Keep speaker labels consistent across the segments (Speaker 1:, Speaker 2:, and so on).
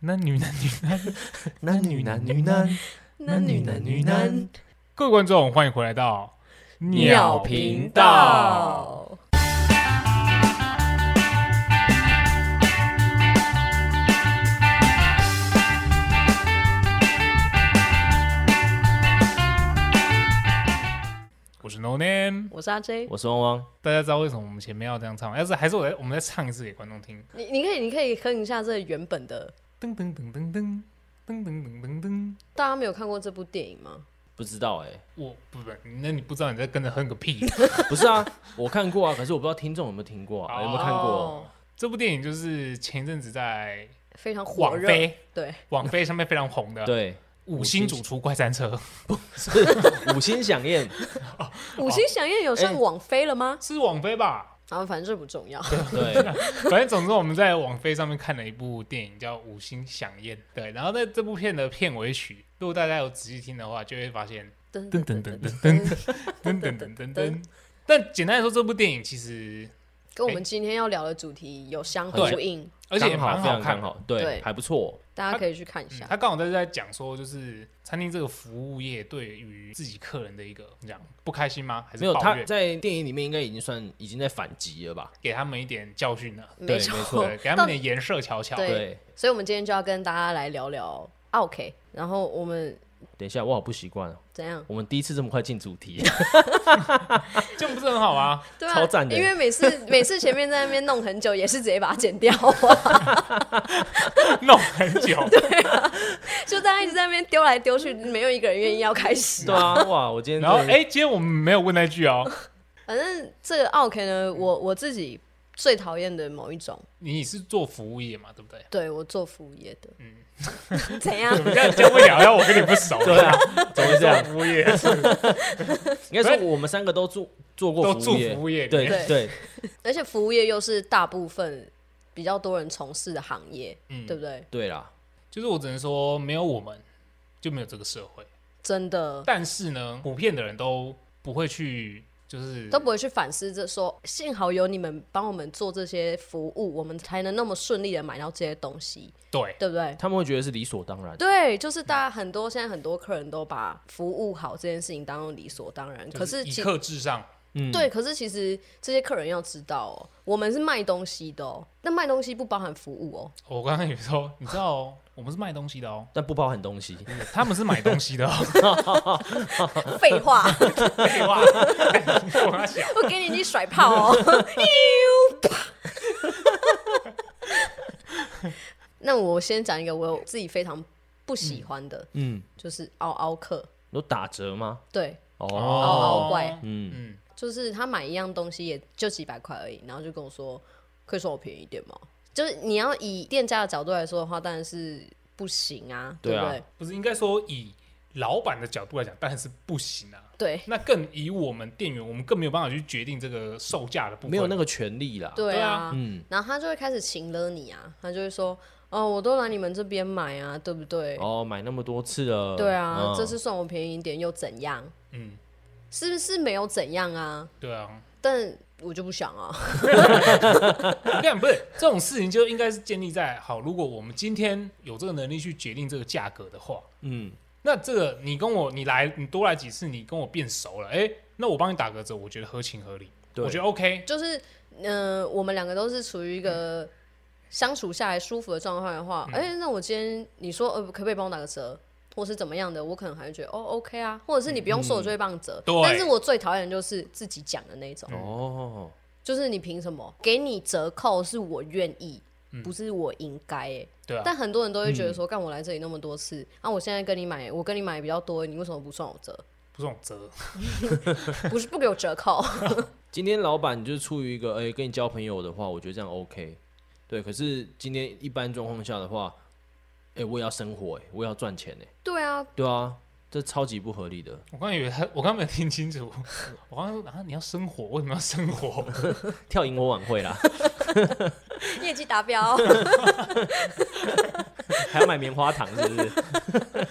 Speaker 1: 男女男女男，
Speaker 2: 男女男女男，
Speaker 1: 男女男女男
Speaker 2: 男。
Speaker 1: 各位观众，欢迎回来到
Speaker 2: 鸟
Speaker 1: 频
Speaker 2: 频
Speaker 1: 道。
Speaker 2: 道。
Speaker 1: 我是 No Name，
Speaker 3: 我是阿 J，
Speaker 2: 我是汪汪，
Speaker 1: 大家知道为什么我们前面要这样唱吗？要哎是还是我来，我们再唱一次给观众听。
Speaker 3: 你你可以你可以哼一下这原本的，
Speaker 1: 噔噔噔噔噔噔噔噔噔噔。
Speaker 3: 大家没有看过这部电影吗？
Speaker 2: 不知道哎、
Speaker 1: 我不不，那你不知道你在跟着哼个屁。
Speaker 2: 不是啊，我看过啊，可是我不知道听众有没有听过啊，有没有看过？
Speaker 3: 哦，
Speaker 1: 这部电影就是前一阵子在
Speaker 3: 非常火
Speaker 1: 网
Speaker 3: 热，
Speaker 1: 飞
Speaker 3: 对，
Speaker 1: 网飞上面非常红的《
Speaker 2: 对，
Speaker 1: 五星主厨快餐车》。
Speaker 2: 是五星响宴，
Speaker 3: 五星响宴有上
Speaker 2: 哎
Speaker 3: 网飞了吗？
Speaker 1: 是网飞吧？
Speaker 3: 啊，反正这不重要。
Speaker 2: 对，
Speaker 1: 反正总之我们在网飞上面看了一部电影叫《五星响宴》，对，然后在这部片的片尾曲，如果大家有仔细听的话，就会发现
Speaker 3: 噔
Speaker 1: 噔噔噔噔噔噔噔噔噔噔。但简单来说，这部电影其实
Speaker 3: 跟我们今天要聊的主题有相
Speaker 2: 对
Speaker 3: 呼应，
Speaker 1: 而且也
Speaker 2: 刚好
Speaker 1: 蛮
Speaker 2: 非常
Speaker 1: 看
Speaker 2: 刚
Speaker 1: 的。
Speaker 2: 好，对，
Speaker 3: 对
Speaker 2: 还不错，
Speaker 3: 大家可以去看一
Speaker 1: 嗯
Speaker 3: 下。
Speaker 1: 他刚好在在讲说，就是餐厅这个服务业对于自己客人的一个怎么讲不开心吗？还
Speaker 2: 没
Speaker 1: 是
Speaker 2: 有
Speaker 1: 抱
Speaker 2: 他
Speaker 1: 怨？
Speaker 2: 在电影里面应该已经算已经在反击了吧？
Speaker 1: 给他们一点教训呢？
Speaker 2: 对
Speaker 3: 没
Speaker 2: 没
Speaker 3: 错
Speaker 2: 错，
Speaker 1: 对，给他们
Speaker 3: 到
Speaker 1: 点颜色瞧瞧。
Speaker 3: 对
Speaker 2: 对，
Speaker 3: 所以我们今天就要跟大家来聊聊 OK，然后我们
Speaker 2: 等一下，我好不习惯哦，
Speaker 3: 怎样？
Speaker 2: 我们第一次这么快进主 题，
Speaker 1: 啊这样不是很好 吗？
Speaker 3: 对啊，
Speaker 2: 超赞的
Speaker 3: 因为每次 每次前面在那边弄很久，也是直接把它剪掉啊，
Speaker 1: 弄很久，
Speaker 3: 就大家一直在那边丢来丢去，没有一个人愿意要开始
Speaker 2: 对。啊，哇，我今天
Speaker 1: 然后
Speaker 2: 真的
Speaker 1: 哎、今天我们没有问那句哦，
Speaker 3: 反正这个 OK 呢，我我自己最讨厌的某一种，
Speaker 1: 你是做服务业嘛，对不对？
Speaker 3: 对我做服务业的，
Speaker 1: 嗯
Speaker 3: 嗯， 怎样？
Speaker 1: 这样这样会聊到我跟你不熟，
Speaker 2: 对啊，怎么会这 样？
Speaker 1: 服务 业
Speaker 2: 应该说我们三个都做做过
Speaker 1: 都
Speaker 2: 服
Speaker 1: 做
Speaker 2: 务业
Speaker 1: 服，务业，
Speaker 2: 对
Speaker 3: 对
Speaker 2: 对
Speaker 3: 而且服务业又是大部分比较多人从事的行业，
Speaker 1: 嗯
Speaker 3: 对不对？
Speaker 2: 对啦，
Speaker 1: 就是我只能说，没有我们就没有这个社会。
Speaker 3: 真的
Speaker 1: 但是呢，普遍的人都不会去，就是
Speaker 3: 都不会去反思这说，幸好有你们帮我们做这些服务，我们才能那么顺利的买到这些东西，
Speaker 1: 对，
Speaker 3: 对不对？
Speaker 2: 他们会觉得是理所当然，
Speaker 3: 对，就是大家很多现在很多客人都把服务好这件事情当做理所当然，可
Speaker 1: 就是以
Speaker 3: 其
Speaker 1: 客至上，
Speaker 2: 嗯，
Speaker 3: 对，可是其实这些客人要知道哦，我们是卖东西的哦，那卖东西不包含服务哦。
Speaker 1: 我刚刚也说，你知道、哦，我们是卖东西的哦，
Speaker 2: 但不包含东西，
Speaker 1: 他们是买东西的、哦。
Speaker 3: 废话，
Speaker 1: 废话， 我要想，
Speaker 3: 我给你你甩炮 哦。 那我先讲一个我有自己非常不喜欢的，
Speaker 2: 嗯，
Speaker 3: 就是嗷嗷客，
Speaker 2: 有打折吗？
Speaker 3: 对，嗷
Speaker 2: 哦，
Speaker 3: 嗷怪，
Speaker 2: 嗯，
Speaker 1: 嗯，
Speaker 3: 就是他买一样东西也就几百块而已，然后就跟我说可以说我便宜一点吗？就是你要以店家的角度来说的话，当然是不行啊，
Speaker 2: 对
Speaker 3: 对
Speaker 2: 啊
Speaker 3: 不对？
Speaker 1: 不是应该说以老板的角度来讲，当然是不行啊。
Speaker 3: 对，
Speaker 1: 那更以我们店员，我们更没有办法去决定这个售价的部分。
Speaker 2: 没有那个权利啦，
Speaker 3: 对
Speaker 1: 对
Speaker 3: 啊
Speaker 1: 啊，
Speaker 2: 嗯，
Speaker 3: 然后他就会开始请了你啊，他就会说，哦，我都来你们这边买啊，对不对？
Speaker 2: 哦，买那么多次了，
Speaker 3: 对啊，
Speaker 2: 嗯
Speaker 3: 这次算我便宜一点又怎样？
Speaker 1: 嗯，
Speaker 3: 是不是没有怎样啊？
Speaker 1: 对啊，
Speaker 3: 但我就不想啊，
Speaker 1: 我跟你讲，不是这种事情就应该是建立在好，如果我们今天有这个能力去决定这个价格的话，
Speaker 2: 嗯，
Speaker 1: 那这个你跟我你来你多来几次，你跟我变熟了，哎、那我帮你打个折，我觉得合情合理，
Speaker 2: 对
Speaker 1: 我觉得 OK。
Speaker 3: 就是，嗯、我们两个都是处于一
Speaker 1: 嗯
Speaker 3: 个相处下来舒服的状况的话，哎、那我今天你说，呃，可不可以帮我打个折？或是怎么样的，我可能还会觉得哦，OK 啊，或者是你不用说，我就会帮你折。
Speaker 1: 嗯对
Speaker 3: 但是我最讨厌的就是自己讲的那一种。
Speaker 2: 哦，
Speaker 3: 就是你凭什么给你折扣？是我愿意，不是我应该、欸。
Speaker 1: 嗯对啊，
Speaker 3: 但很多人都会觉得说，干、我来这里那么多次，啊，我现在跟你买，我跟你买比较多，你为什么不算我折？
Speaker 1: 不是这种折，
Speaker 3: 不是不给我 折扣？
Speaker 2: 今天老板就是出于一个，哎、跟你交朋友的话，我觉得这样 OK，对，可是今天一般状况下的话，哎、我也要生活、哎，我也要赚钱、哎，
Speaker 3: 对啊，
Speaker 2: 对啊，这超级不合理的，
Speaker 1: 我刚以为他，我刚没有听清楚，我刚刚说啊，你要生活，为什么要生 活？
Speaker 2: 跳萤火晚会啦，
Speaker 3: 业绩 达标，
Speaker 2: 还要买棉花糖，是不是？ 啊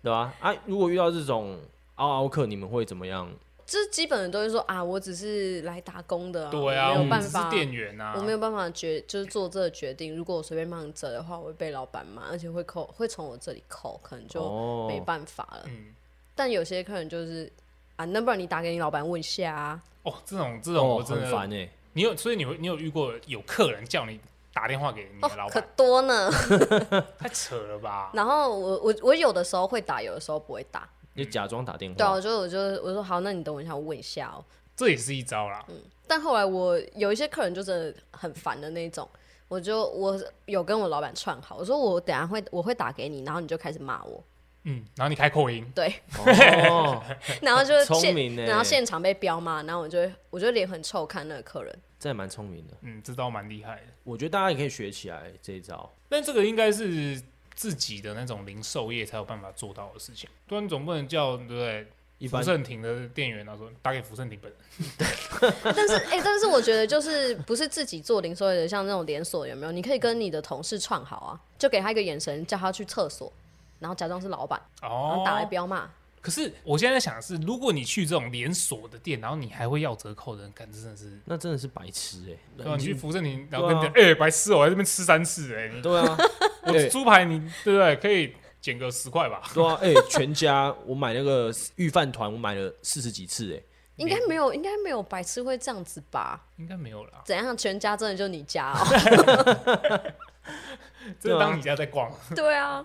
Speaker 2: 对吧、啊？如果遇到这种嗷嗷客，你们会怎么样
Speaker 3: 这基本的都是说啊，我只是来打工的、啊，
Speaker 1: 对啊，
Speaker 3: 没
Speaker 1: 我
Speaker 3: 有
Speaker 1: 们
Speaker 3: 办
Speaker 1: 只
Speaker 3: 法
Speaker 1: 是，店员啊，
Speaker 3: 我没有办法决，就是做这个决定。如果我随便mang 着的话，我会被老板骂，而且会扣，会从我这里扣，可能就
Speaker 2: 哦
Speaker 3: 没办法了。
Speaker 1: 嗯，
Speaker 3: 但有些客人就是啊，那不然你打给你老板问一下啊。
Speaker 1: 哦，这种这种
Speaker 2: 哦，
Speaker 1: 我真
Speaker 2: 很
Speaker 1: 的，
Speaker 2: 烦哎，
Speaker 1: 你有，所以你会你有遇过有客人叫你打电话给你
Speaker 3: 哦
Speaker 1: 的老，
Speaker 3: 可
Speaker 1: 板，
Speaker 3: 多呢。
Speaker 1: 太扯了吧？
Speaker 3: 然后我我我有的时候会打，有的时候不会打。
Speaker 2: 就假装打
Speaker 1: 嗯
Speaker 2: 电
Speaker 3: 对啊，
Speaker 2: 话
Speaker 3: 我就我就我说好，那你等我一下，我问一下哦。
Speaker 1: 这也是一招啦，
Speaker 3: 但后来我有一些客人就真的很烦的那种，我就我有跟我老板串好，我说我等一下会我会打给你，然后你就开始骂 我，
Speaker 1: 嗯，然后你开口音，
Speaker 3: 对，
Speaker 2: 哦，
Speaker 3: 然后 就
Speaker 2: 聪
Speaker 3: 现
Speaker 2: 明
Speaker 1: 欸
Speaker 2: 欸呢，
Speaker 3: 然后现场被彪骂，然后我就会我就脸很臭看那个客 人，
Speaker 2: 这还蛮聪明的，
Speaker 1: 嗯，这招蛮厉害的。
Speaker 2: 我觉得大家也可以学起来这一招。
Speaker 1: 但这个应该是自己的那种零售业才有办法做到的事情，不然你总不能叫对不对？
Speaker 2: 一
Speaker 1: 福
Speaker 2: 般
Speaker 1: 盛庭的店员他说打给福盛庭本人，
Speaker 3: 但是哎、但是我觉得就是不是自己做零售业的，像那种连锁有没有？你可以跟你的同事串好啊，就给他一个眼神，叫他去厕所，然后假装是老板，然后打来
Speaker 1: 哦，
Speaker 3: 彪骂。
Speaker 1: 可是我现在在想的是，如果你去这种连锁的店，然后你还会要折扣的人，干这真的是。
Speaker 2: 那真的是白痴
Speaker 1: 对吧？
Speaker 2: 哎，
Speaker 1: 你去福盛庭，然后
Speaker 2: 对
Speaker 1: 跟
Speaker 2: 啊
Speaker 1: 人家哎、白痴哦、我在这边吃三次哎、你
Speaker 2: 对啊，
Speaker 1: 我猪排你对不对？可以减个十块吧？
Speaker 2: 对啊，哎、全家我买那个御饭团，我买了四十几次、哎，
Speaker 3: 应该没有，应该没有白痴会这样子吧？
Speaker 1: 应该没有啦，
Speaker 3: 怎样？全家真的就你家哦、
Speaker 1: 这当你家在逛，
Speaker 3: 对啊，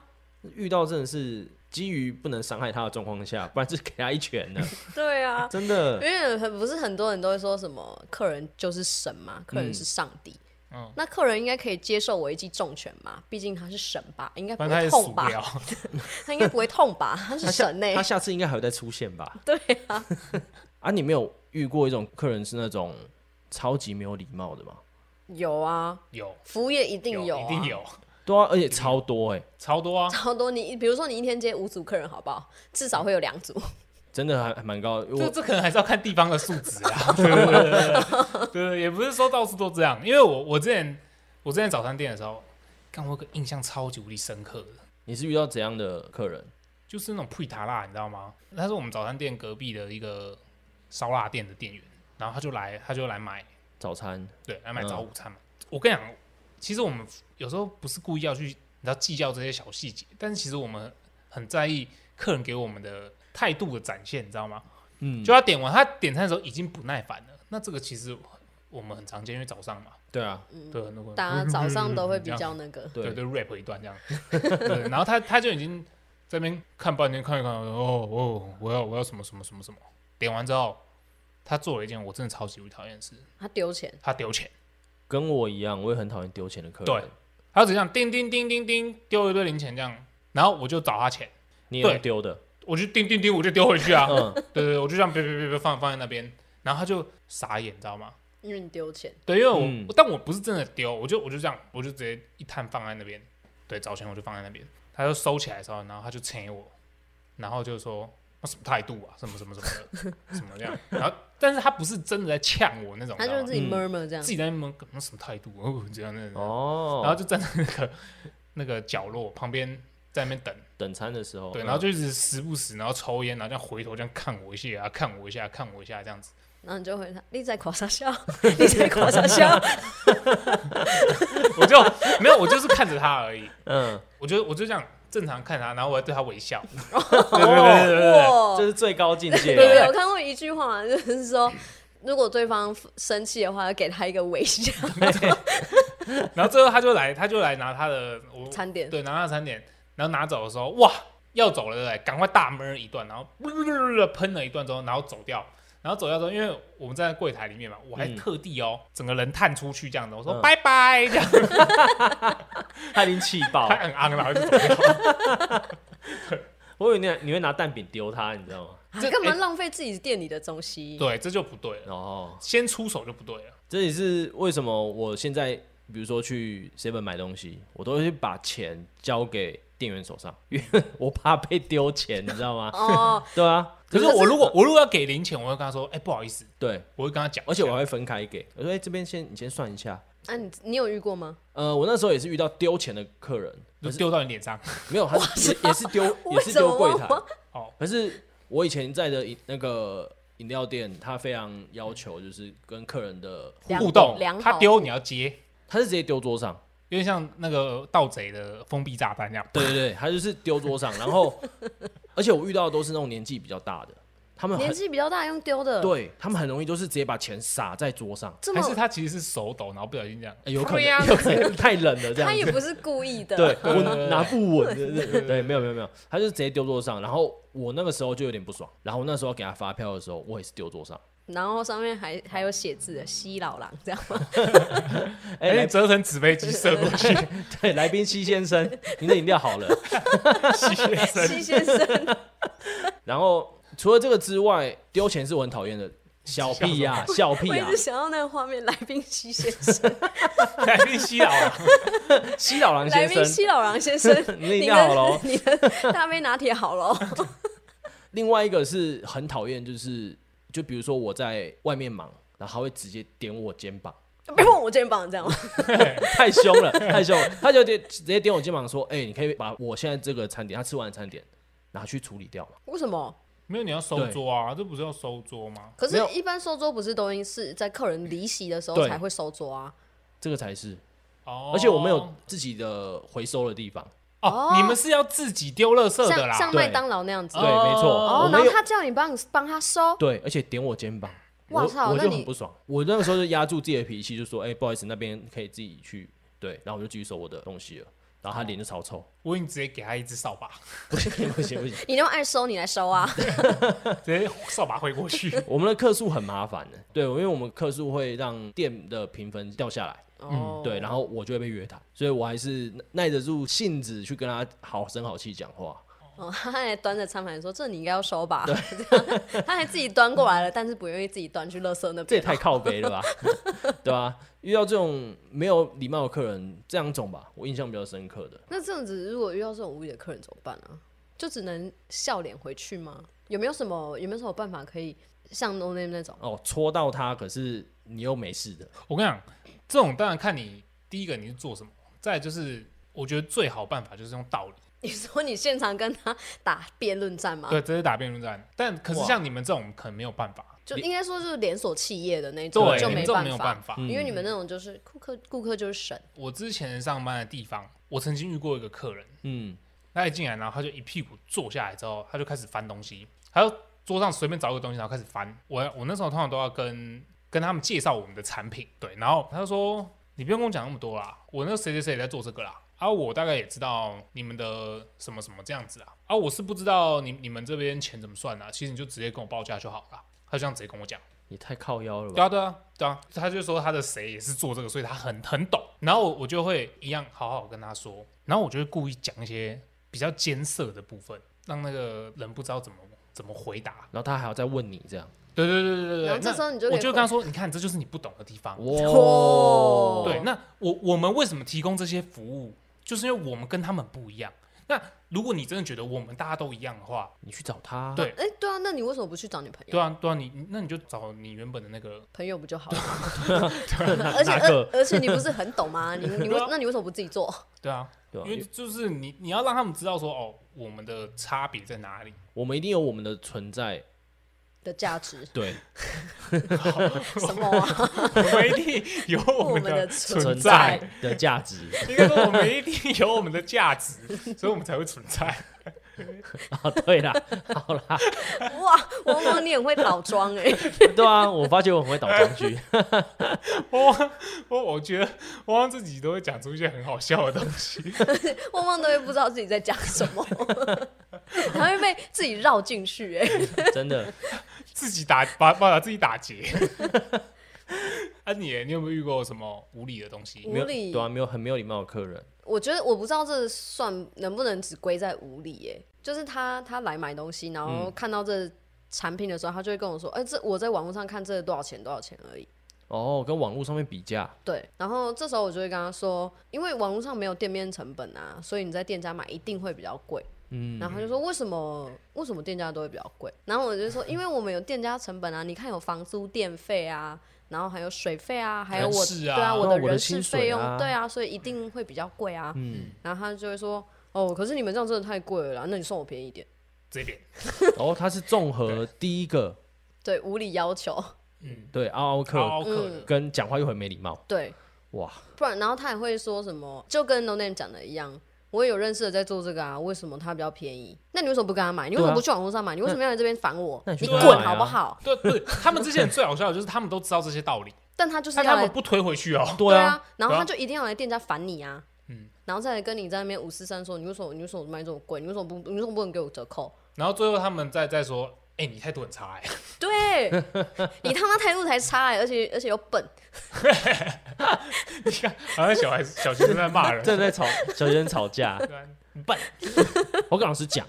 Speaker 2: 遇到真的是基于不能伤害他的状况下，不然就是给他一拳 的，
Speaker 3: 对啊，
Speaker 2: 真
Speaker 3: 因
Speaker 2: 的。
Speaker 3: 为很不是很多人都会说什么客人就是神嘛，客人是上帝。
Speaker 1: 嗯
Speaker 3: 那客人应该可以接受我一记重拳嘛？毕竟他是神吧，应该不
Speaker 1: 反正他
Speaker 3: 会
Speaker 1: 也
Speaker 3: 痛
Speaker 1: 数
Speaker 3: 吧
Speaker 1: 不？了。
Speaker 3: 他应该不会痛吧？他是神欸呢、
Speaker 2: 他下次应该还会再出现吧？
Speaker 3: 对
Speaker 2: 啊。 啊，你没有遇过一种客人是那种超级没有礼貌的吗？
Speaker 3: 有啊，
Speaker 1: 有，
Speaker 3: 服务业一定有、啊，
Speaker 1: 一定，有，
Speaker 2: 对啊，而且超多哎、
Speaker 1: 超多啊！
Speaker 3: 超多你。比如说你一天接五组客人，好不好？至少会有两组。
Speaker 2: 真的还还蛮高的。
Speaker 1: 这
Speaker 2: 我
Speaker 1: 这可能还是要看地方的素质啦， 对对对对对 对，也不是说到处都这样。因为我我之前我之前早餐店的时候，看我有个印象超级无敌深刻的，
Speaker 2: 你是遇到怎样的客人？
Speaker 1: 就是那种配塔辣，你知道吗？他是我们早餐店隔壁的一个烧腊店的店员，然后他就来他就来买，
Speaker 2: 早餐
Speaker 1: 对，来买早
Speaker 2: 嗯
Speaker 1: 午餐嘛。我跟你讲，其实我们有时候不是故意要去你知道计较这些小细节，但是其实我们很在意客人给我们的态度的展现，你知道吗？
Speaker 2: 嗯，
Speaker 1: 就他点完，他点餐的时候已经不耐烦了。那这个其实我们很常见，因为早上嘛，
Speaker 2: 对啊，
Speaker 1: 对很多
Speaker 3: 嗯大家早上都会比较那个，
Speaker 1: 对
Speaker 2: 对
Speaker 1: 对 rap 一段这样， 对，然后他他就已经在那边看半天，看一看，哦哦，我要我要什么什么什么什么，点完之后，他做了一件我真的超级无敌讨厌的事，
Speaker 3: 他丢钱，
Speaker 1: 他丢钱，
Speaker 2: 跟我一样，我也很讨厌丢钱的客人。
Speaker 1: 对，他就只这样叮叮叮叮叮丢一堆零钱这样，然后我就找他钱，
Speaker 2: 你也
Speaker 1: 对
Speaker 2: 会丢的，
Speaker 1: 我就叮叮叮我就丢回去啊，
Speaker 2: 嗯，
Speaker 1: 对对，对我就这样别别别别放放在那边，然后他就傻眼，你知道吗？
Speaker 3: 因为你丢钱，
Speaker 1: 对，因为我、
Speaker 2: 嗯
Speaker 1: 但我不是真的丢，我就我就这样，我就直接一摊放在那边，对，找钱我就放在那边，他就收起来的时候，然后他就捶我，然后就说那、什么态度啊，什么什么什么的，什么这样，然后但是他不是真的在呛我那种，
Speaker 3: 他
Speaker 1: 你
Speaker 3: 就
Speaker 1: 知道吗
Speaker 3: 是自己
Speaker 2: 嗯
Speaker 3: murmur 这样
Speaker 1: 自。己在那边那什么态度哦这样那种，
Speaker 2: 哦，
Speaker 1: 然后就站在那个 那个角落旁边在那边等，
Speaker 2: 等餐的时候，
Speaker 1: 对，
Speaker 2: 嗯
Speaker 1: 然后就一直时不时然后抽烟，然后这样回头这样看我一下啊，看我一下，看我一下这样子。
Speaker 3: 然后你就回他，你在夸啥笑？ 你在夸啥笑？
Speaker 1: 我就 没有，我就是看着他而已。
Speaker 2: 嗯，
Speaker 1: 我就我就这样正常看他，然后我还对他微笑。对对对对对对，
Speaker 3: 哇
Speaker 2: 这！是最高境界啊
Speaker 3: 对
Speaker 2: 了。
Speaker 3: 我看过一句话，就是说，如果对方生气的话，要给他一个微笑。
Speaker 1: 然后最后他就来，他就来拿他的我
Speaker 3: 餐点
Speaker 1: 对，拿他的餐点，然后拿走的时候，哇，要走了对不对？赶快大闷一段，然后呃喷了一段之后，然后走掉。然后走掉之后，因为我们站在柜台里面嘛，我还
Speaker 2: 嗯
Speaker 1: 特地哦，整个人探出去这样子，我说
Speaker 2: 嗯
Speaker 1: 拜拜，这样
Speaker 2: 他已经气爆
Speaker 1: 他，很昂，然后就走掉。
Speaker 2: 我以为你你会拿蛋饼丢他，你知道吗？
Speaker 3: 啊
Speaker 1: 这
Speaker 3: 干嘛
Speaker 1: 哎
Speaker 3: 浪费自己店里的东 西？
Speaker 1: 对，这就不对了，
Speaker 2: 哦，
Speaker 1: 先出手就不对了。
Speaker 2: 这也是为什么我现在比如说去 Seven 买东西，我都会去把钱交给店员手上， 因为我怕被丢钱，你知道吗？
Speaker 3: 哦，
Speaker 2: 对啊，
Speaker 1: 可是我如果我如果要给零钱，我会跟他说，哎，不好意思，
Speaker 2: 对，
Speaker 1: 我会跟他讲一下，
Speaker 2: 而且我还会分开给，我说哎、这边先你先算一下。
Speaker 3: 啊，你你有遇过吗？
Speaker 2: 呃，我那时候也是遇到丢钱的客 人，
Speaker 1: 就丢到你脸上。
Speaker 2: 没 有，他是也也是丢，
Speaker 3: 为
Speaker 2: 也是
Speaker 3: 什
Speaker 2: 丢
Speaker 3: 么
Speaker 2: 柜
Speaker 3: 我
Speaker 2: 台。
Speaker 1: 哦
Speaker 2: 可是我以前在的一那个饮料店他非常要求就是跟客人的，
Speaker 3: 良
Speaker 1: 互动
Speaker 3: 良，
Speaker 1: 他
Speaker 3: 好
Speaker 1: 丢你要接，
Speaker 2: 他是直接丢桌上，
Speaker 1: 有点像那个盗贼的封闭炸弹那样。
Speaker 2: 对对对，他就是丢桌上，然 后而且我遇到的都是那种年纪比较大的，他们
Speaker 3: 年
Speaker 2: 很
Speaker 3: 纪比较大用丢的，
Speaker 2: 对他们很容易都是直接把钱撒在桌上，
Speaker 3: 这么
Speaker 1: 还是他其实是手抖，然后不小心这样。
Speaker 2: 哎有可
Speaker 1: 对呀
Speaker 2: 能有可能太冷了这样
Speaker 3: 他也
Speaker 2: 子，
Speaker 3: 不是故意 的，
Speaker 2: 对，
Speaker 1: 对
Speaker 2: 我拿不 稳，对对
Speaker 1: 对
Speaker 2: 对，没有没有没有，他就是直接丢桌上，然后我那个时候就有点不爽，然后那时候给他发票的时候，我也是丢桌上，
Speaker 3: 然后上面还还有写字的“西老狼”这样吗？
Speaker 2: 哎、
Speaker 1: 哎，
Speaker 2: 来
Speaker 1: 折成纸飞机射过 去，
Speaker 2: 对，来宾西先生，您的饮料好了。
Speaker 1: 西先生
Speaker 3: 西先生，
Speaker 2: 然后除了这个之外，丢钱是我很讨厌的，小屁啊 呀、小屁
Speaker 3: 我一
Speaker 2: 呀、
Speaker 3: 直想到那个画面，来宾西先生，
Speaker 1: 来宾西老啊，
Speaker 2: 西老狼
Speaker 3: 来
Speaker 2: 先
Speaker 3: 宾
Speaker 2: 生。
Speaker 3: 西老狼先生，
Speaker 2: 你的饮
Speaker 3: 你
Speaker 2: 料好
Speaker 3: 的
Speaker 2: 喽。
Speaker 3: 你的大杯拿铁好喽，
Speaker 2: 另外一个是很讨厌，就是就比如说我在外面忙，然后他会直接点我肩膀，
Speaker 3: 别碰我肩膀这样吗？
Speaker 2: 太凶了，太凶了。 他就点直接点我肩膀说：“哎、你可以把我现在这个餐点，他吃完的餐点拿去处理掉嘛。
Speaker 3: 为什么？
Speaker 1: 没有你要收桌啊，这不是要收桌吗？
Speaker 3: 可是
Speaker 2: 没有，
Speaker 3: 一般收桌不是都是在客人离席的时候
Speaker 2: 对
Speaker 3: 才会收桌啊？”
Speaker 2: 这个才是，
Speaker 1: 哦，
Speaker 2: 而且我们有自己的回收的地方。
Speaker 1: 哦，你们是要自己丢垃圾的
Speaker 3: 像像
Speaker 1: 啦。
Speaker 3: 麦当劳那样子
Speaker 2: 对，
Speaker 1: 哦
Speaker 2: 没错。
Speaker 1: 哦
Speaker 2: 我
Speaker 3: 哦，
Speaker 2: 们
Speaker 3: 然后
Speaker 2: 有
Speaker 3: 他叫你帮帮他收，
Speaker 2: 对，而且点我肩膀，
Speaker 3: 哇
Speaker 2: 我
Speaker 3: 操
Speaker 2: 我
Speaker 3: 那
Speaker 2: 就
Speaker 3: 你
Speaker 2: 很不爽。我那个时候就压住自己的脾气，就说：“哎、不好意思，那边可以自己去。”对，然后我就继续收我的东西了。然后他脸就 超臭，
Speaker 1: 我已经直接给他一只扫 把，
Speaker 2: 不行不行不行！
Speaker 3: 你那么爱收，你来收啊！
Speaker 1: 直接扫把挥过去。
Speaker 2: 我们的客数很麻烦的，对，因为我们客数会让店的评分掉下来，嗯
Speaker 3: 哦，
Speaker 2: 对，然后我就会被约谈，所以我还是耐得住性子去跟他好声好气讲话。
Speaker 3: 哦，他还端着餐盘说：“这你应该要收吧？”这 样他还自己端过来了，但是不愿意自己端去垃圾那
Speaker 2: 这也
Speaker 3: 边。
Speaker 2: 太靠北了吧， 对吧、遇到这种没有礼貌的客人，这两种吧，我印象比较深刻的。
Speaker 3: 那这样子，如果遇到这种无语的客人怎么办啊？就只能笑脸回去吗？有没有什么有没有什么办法可以像 No Name 那种？
Speaker 2: 哦，戳到他，可是你又没事的。
Speaker 1: 我跟你讲，这种当然看你第一个你是做什么，再来就是我觉得最好办法就是用道理，
Speaker 3: 你说你现场跟他打辩论战吗？
Speaker 1: 对，这是打辩论战。但可是
Speaker 2: 啊哇
Speaker 1: 像你们这种可能没有办法，
Speaker 3: 就应该说就是连锁企业的那种，
Speaker 1: 对，
Speaker 3: 就
Speaker 1: 你们
Speaker 3: 没
Speaker 1: 这种
Speaker 3: 办
Speaker 1: 没有
Speaker 3: 法
Speaker 1: 办，法。嗯
Speaker 3: 因为你们那种就是顾客顾客就是神，
Speaker 1: 我之前上班的地方，我曾经遇过一个客人，
Speaker 2: 嗯，
Speaker 1: 他一进来，然后他就一屁股坐下来之后，他就开始翻东西，他就桌上随便找一个东西，然后开始翻。我我那时候通常都要跟跟他们介绍我们的产品，对，然后他就说你不用跟我讲那么多啦，我那个谁谁谁也在做这个啦，啊，我大概也知道你们的什么什么这样子啊，啊，我是不知道你你们这边钱怎么算啦，其实你就直接跟我报价就好了。他就这样直接跟我讲，
Speaker 2: 你太靠腰了
Speaker 1: 对
Speaker 2: 吧？
Speaker 1: 啊对啊对啊，他就说他的谁也是做这个，所以他很很懂。然后我我就会一样好好跟他说，然后我就会故意讲一些比较艰涩的部分，让那个人不知道怎么怎么回答。
Speaker 2: 然后他还要再问你这样，
Speaker 1: 对对对对对对。
Speaker 3: 然后这时候你就
Speaker 1: 那
Speaker 3: 可以
Speaker 1: 我就跟他说，你看这就是你不懂的地方。
Speaker 3: 哦
Speaker 1: 对，那我我们为什么提供这些服务，就是因为我们跟他们不一样。那如果你真的觉得我们大家都一样的话，
Speaker 2: 你去找他。
Speaker 1: 对
Speaker 3: 哎，对啊，那你为什么不去找你朋友？
Speaker 1: 对啊对啊，你你那你就找你原本的那个
Speaker 3: 朋友不就好了？
Speaker 2: 哪，
Speaker 3: 而且
Speaker 2: 哪个
Speaker 3: 而而且你不是很懂吗？你你
Speaker 1: 啊对
Speaker 3: 为
Speaker 1: 啊
Speaker 3: 那你为什么不自己做？
Speaker 1: 对啊，
Speaker 2: 对吧
Speaker 1: 因为就是你你要让他们知道说哦，我们的差别在哪里。
Speaker 2: 我们一定有我们的存在。
Speaker 3: 的价值
Speaker 2: 对，
Speaker 3: 什么 啊？
Speaker 1: 我一定有我
Speaker 3: 我
Speaker 1: 们
Speaker 3: 们的
Speaker 1: 的
Speaker 3: 存
Speaker 1: 存
Speaker 3: 在
Speaker 1: 在，
Speaker 2: 的价值
Speaker 1: 应该说我们一定有我们的价值， 所以我们才会存在。
Speaker 2: 啊，对啦，好啦，
Speaker 3: 哇，汪汪，你很会倒装哎、
Speaker 2: 对啊，我发觉我很会倒装句，
Speaker 1: 我我我觉得汪汪自己都会讲出一些很好笑的东西。
Speaker 3: 汪汪都会不知道自己在讲什么， 还会被自己绕进去哎、
Speaker 2: 真的。
Speaker 1: 自己打把把自己打结。 啊你耶，你有没有遇过什么无理的东西？
Speaker 3: 无
Speaker 2: 没有
Speaker 3: 理
Speaker 2: 对啊，没有很没有礼貌的客人，
Speaker 3: 我觉得我不知道这算能不能只归在无理哎、就是他他来买东西，然后看到这产品的时候，他就会跟我说，哎、这我在网络上看这多少钱多少钱而已。
Speaker 2: 哦，跟网络上面比价，
Speaker 3: 对，然后这时候我就会跟他说，因为网络上没有店面成本啊，所以你在店家买一定会比较贵。嗯，然后他就说为什么为什么店家都会比较贵？然后我就说，因为我们有店家成本啊，你看有房租、电费啊，然后还有水费啊，还有我
Speaker 1: 人事啊
Speaker 3: 对
Speaker 2: 对
Speaker 3: 啊
Speaker 2: 啊
Speaker 3: 我的
Speaker 2: 我的
Speaker 3: 人事
Speaker 2: 薪水
Speaker 3: 费用，
Speaker 2: 啊
Speaker 3: 对啊，所以一定会比较贵啊。嗯，然后他就会说，哦，可是你们这样真的太贵了啦，那你送我便宜一点。
Speaker 1: 这一点
Speaker 2: 哦，它是综合第一个
Speaker 3: 对无理要求，
Speaker 1: 嗯，
Speaker 2: 对，嗷
Speaker 1: 超
Speaker 2: 嗷客，
Speaker 1: 好可
Speaker 3: 嗯
Speaker 1: 的，
Speaker 2: 跟讲话又很没礼貌，
Speaker 3: 对，
Speaker 2: 哇，
Speaker 3: 不然然后他也会说什么，就跟 No Name 讲的一样。我也有认识的在做这个啊，为什么他比较便宜？那你为什么不跟他买？你为什么不去网络上买？你为什么要来这边烦我？
Speaker 2: 那你去
Speaker 3: 你
Speaker 2: 跟
Speaker 1: 他
Speaker 3: 滚
Speaker 2: 买啊
Speaker 3: 好不好？
Speaker 1: 对对，他们之前最好笑的就是他们都知道这些道理，
Speaker 3: 但他就是
Speaker 1: 但
Speaker 3: 要
Speaker 1: 他
Speaker 3: 来
Speaker 1: 们不推回去 哦。
Speaker 2: 对啊，
Speaker 3: 啊，然后
Speaker 1: 对啊
Speaker 3: 他就一定要来店家烦你啊，
Speaker 1: 嗯
Speaker 3: 然后再来跟你在那边五四三说，你为什么你为什么卖这么贵？你为什么不你为什么不能给我折扣？
Speaker 1: 然后最后他们再再说，哎，你态度很差 哎，
Speaker 3: 对你他妈态度才差、欸，而且而且又笨，
Speaker 1: 你看好像小孩子小学生在骂 人，
Speaker 2: 正在吵，小学生吵 架，
Speaker 1: 对啊你笨，
Speaker 2: 我跟老师讲，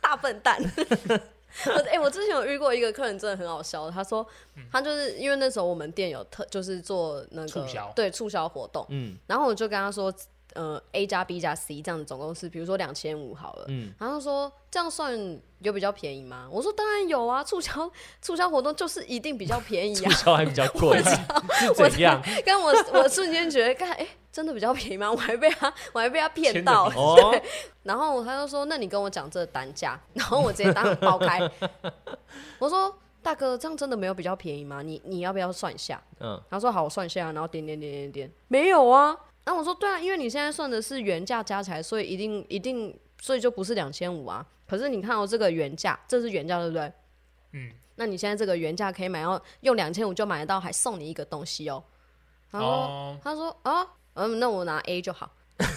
Speaker 3: 大笨蛋。 我哎、我之前有遇过一个客人，真的很好笑。他说，他就是因为那时候我们店有特，就是做那个
Speaker 1: 促销
Speaker 3: 对促销活动，
Speaker 2: 嗯
Speaker 3: 然后我就跟他说，呃，A 加 B 加 C 这样子，总共是比如说两千五好了，
Speaker 2: 嗯，
Speaker 3: 然后他说这样算有比较便宜吗？我说当然有啊，促销促销活动就是一定比较便宜
Speaker 2: 促
Speaker 3: 啊。
Speaker 2: 销还比较贵， 是怎样？
Speaker 3: 跟 我我瞬间觉得，看哎、真的比较便宜吗？我还被他我还被他骗
Speaker 1: 牵着
Speaker 3: 到
Speaker 1: 鼻，
Speaker 2: 哦，
Speaker 3: 然后他就说：“那你跟我讲这单价。” 然后我直接当场爆开，我说：“大哥，这样真的没有比较便宜吗？你你要不要算一下
Speaker 2: 嗯？”，
Speaker 3: 他说：“好，我算一下。”然后点点点点点，没有啊。然后我说：“对啊，因为你现在算的是原价加起来，所以一定一定，所以就不是两千五啊。可是你看哦，这个原价，这是原价对不对？
Speaker 1: 嗯，
Speaker 3: 那你现在这个原价可以买到，用两千五就买得到，还送你一个东西哦。”他说：“
Speaker 1: 哦，
Speaker 3: 他说啊，嗯，那我拿 A 就好。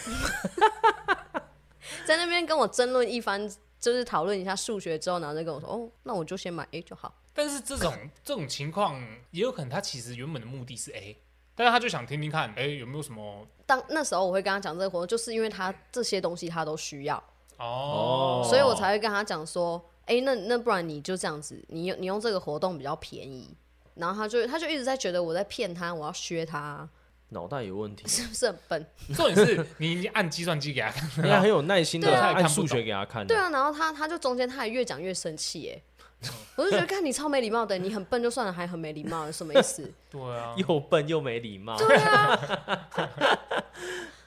Speaker 3: 在那边跟我争论一番，就是讨论一下数学之后，然后再跟我说，哦，那我就先买 A 就好。
Speaker 1: 但是这种这种情况也有可能他其实原本的目的是 A，但是他就想听听看，哎，有没有什么
Speaker 3: 当那时候我会跟他讲这个活动，就是因为他这些东西他都需要，
Speaker 1: 哦，
Speaker 3: 所以我才会跟他讲说，哎、那那不然你就这样子，你用你用这个活动比较便宜。然后他就他就一直在觉得我在骗他，我要削他，
Speaker 2: 脑袋有问题，
Speaker 3: 是不是很笨？
Speaker 1: 重点是你已经按计算机给他 看，
Speaker 2: 人家很有耐心的
Speaker 1: 对啊
Speaker 2: 按数学给他看
Speaker 3: 对
Speaker 2: 的，
Speaker 3: 啊，然后他他就中间他还越讲越生气，哎，我就觉得看你超没礼貌的，你很笨就算了，还很没礼貌，什么意思？
Speaker 1: 对啊，
Speaker 2: 又笨又没礼 貌，
Speaker 3: 对啊，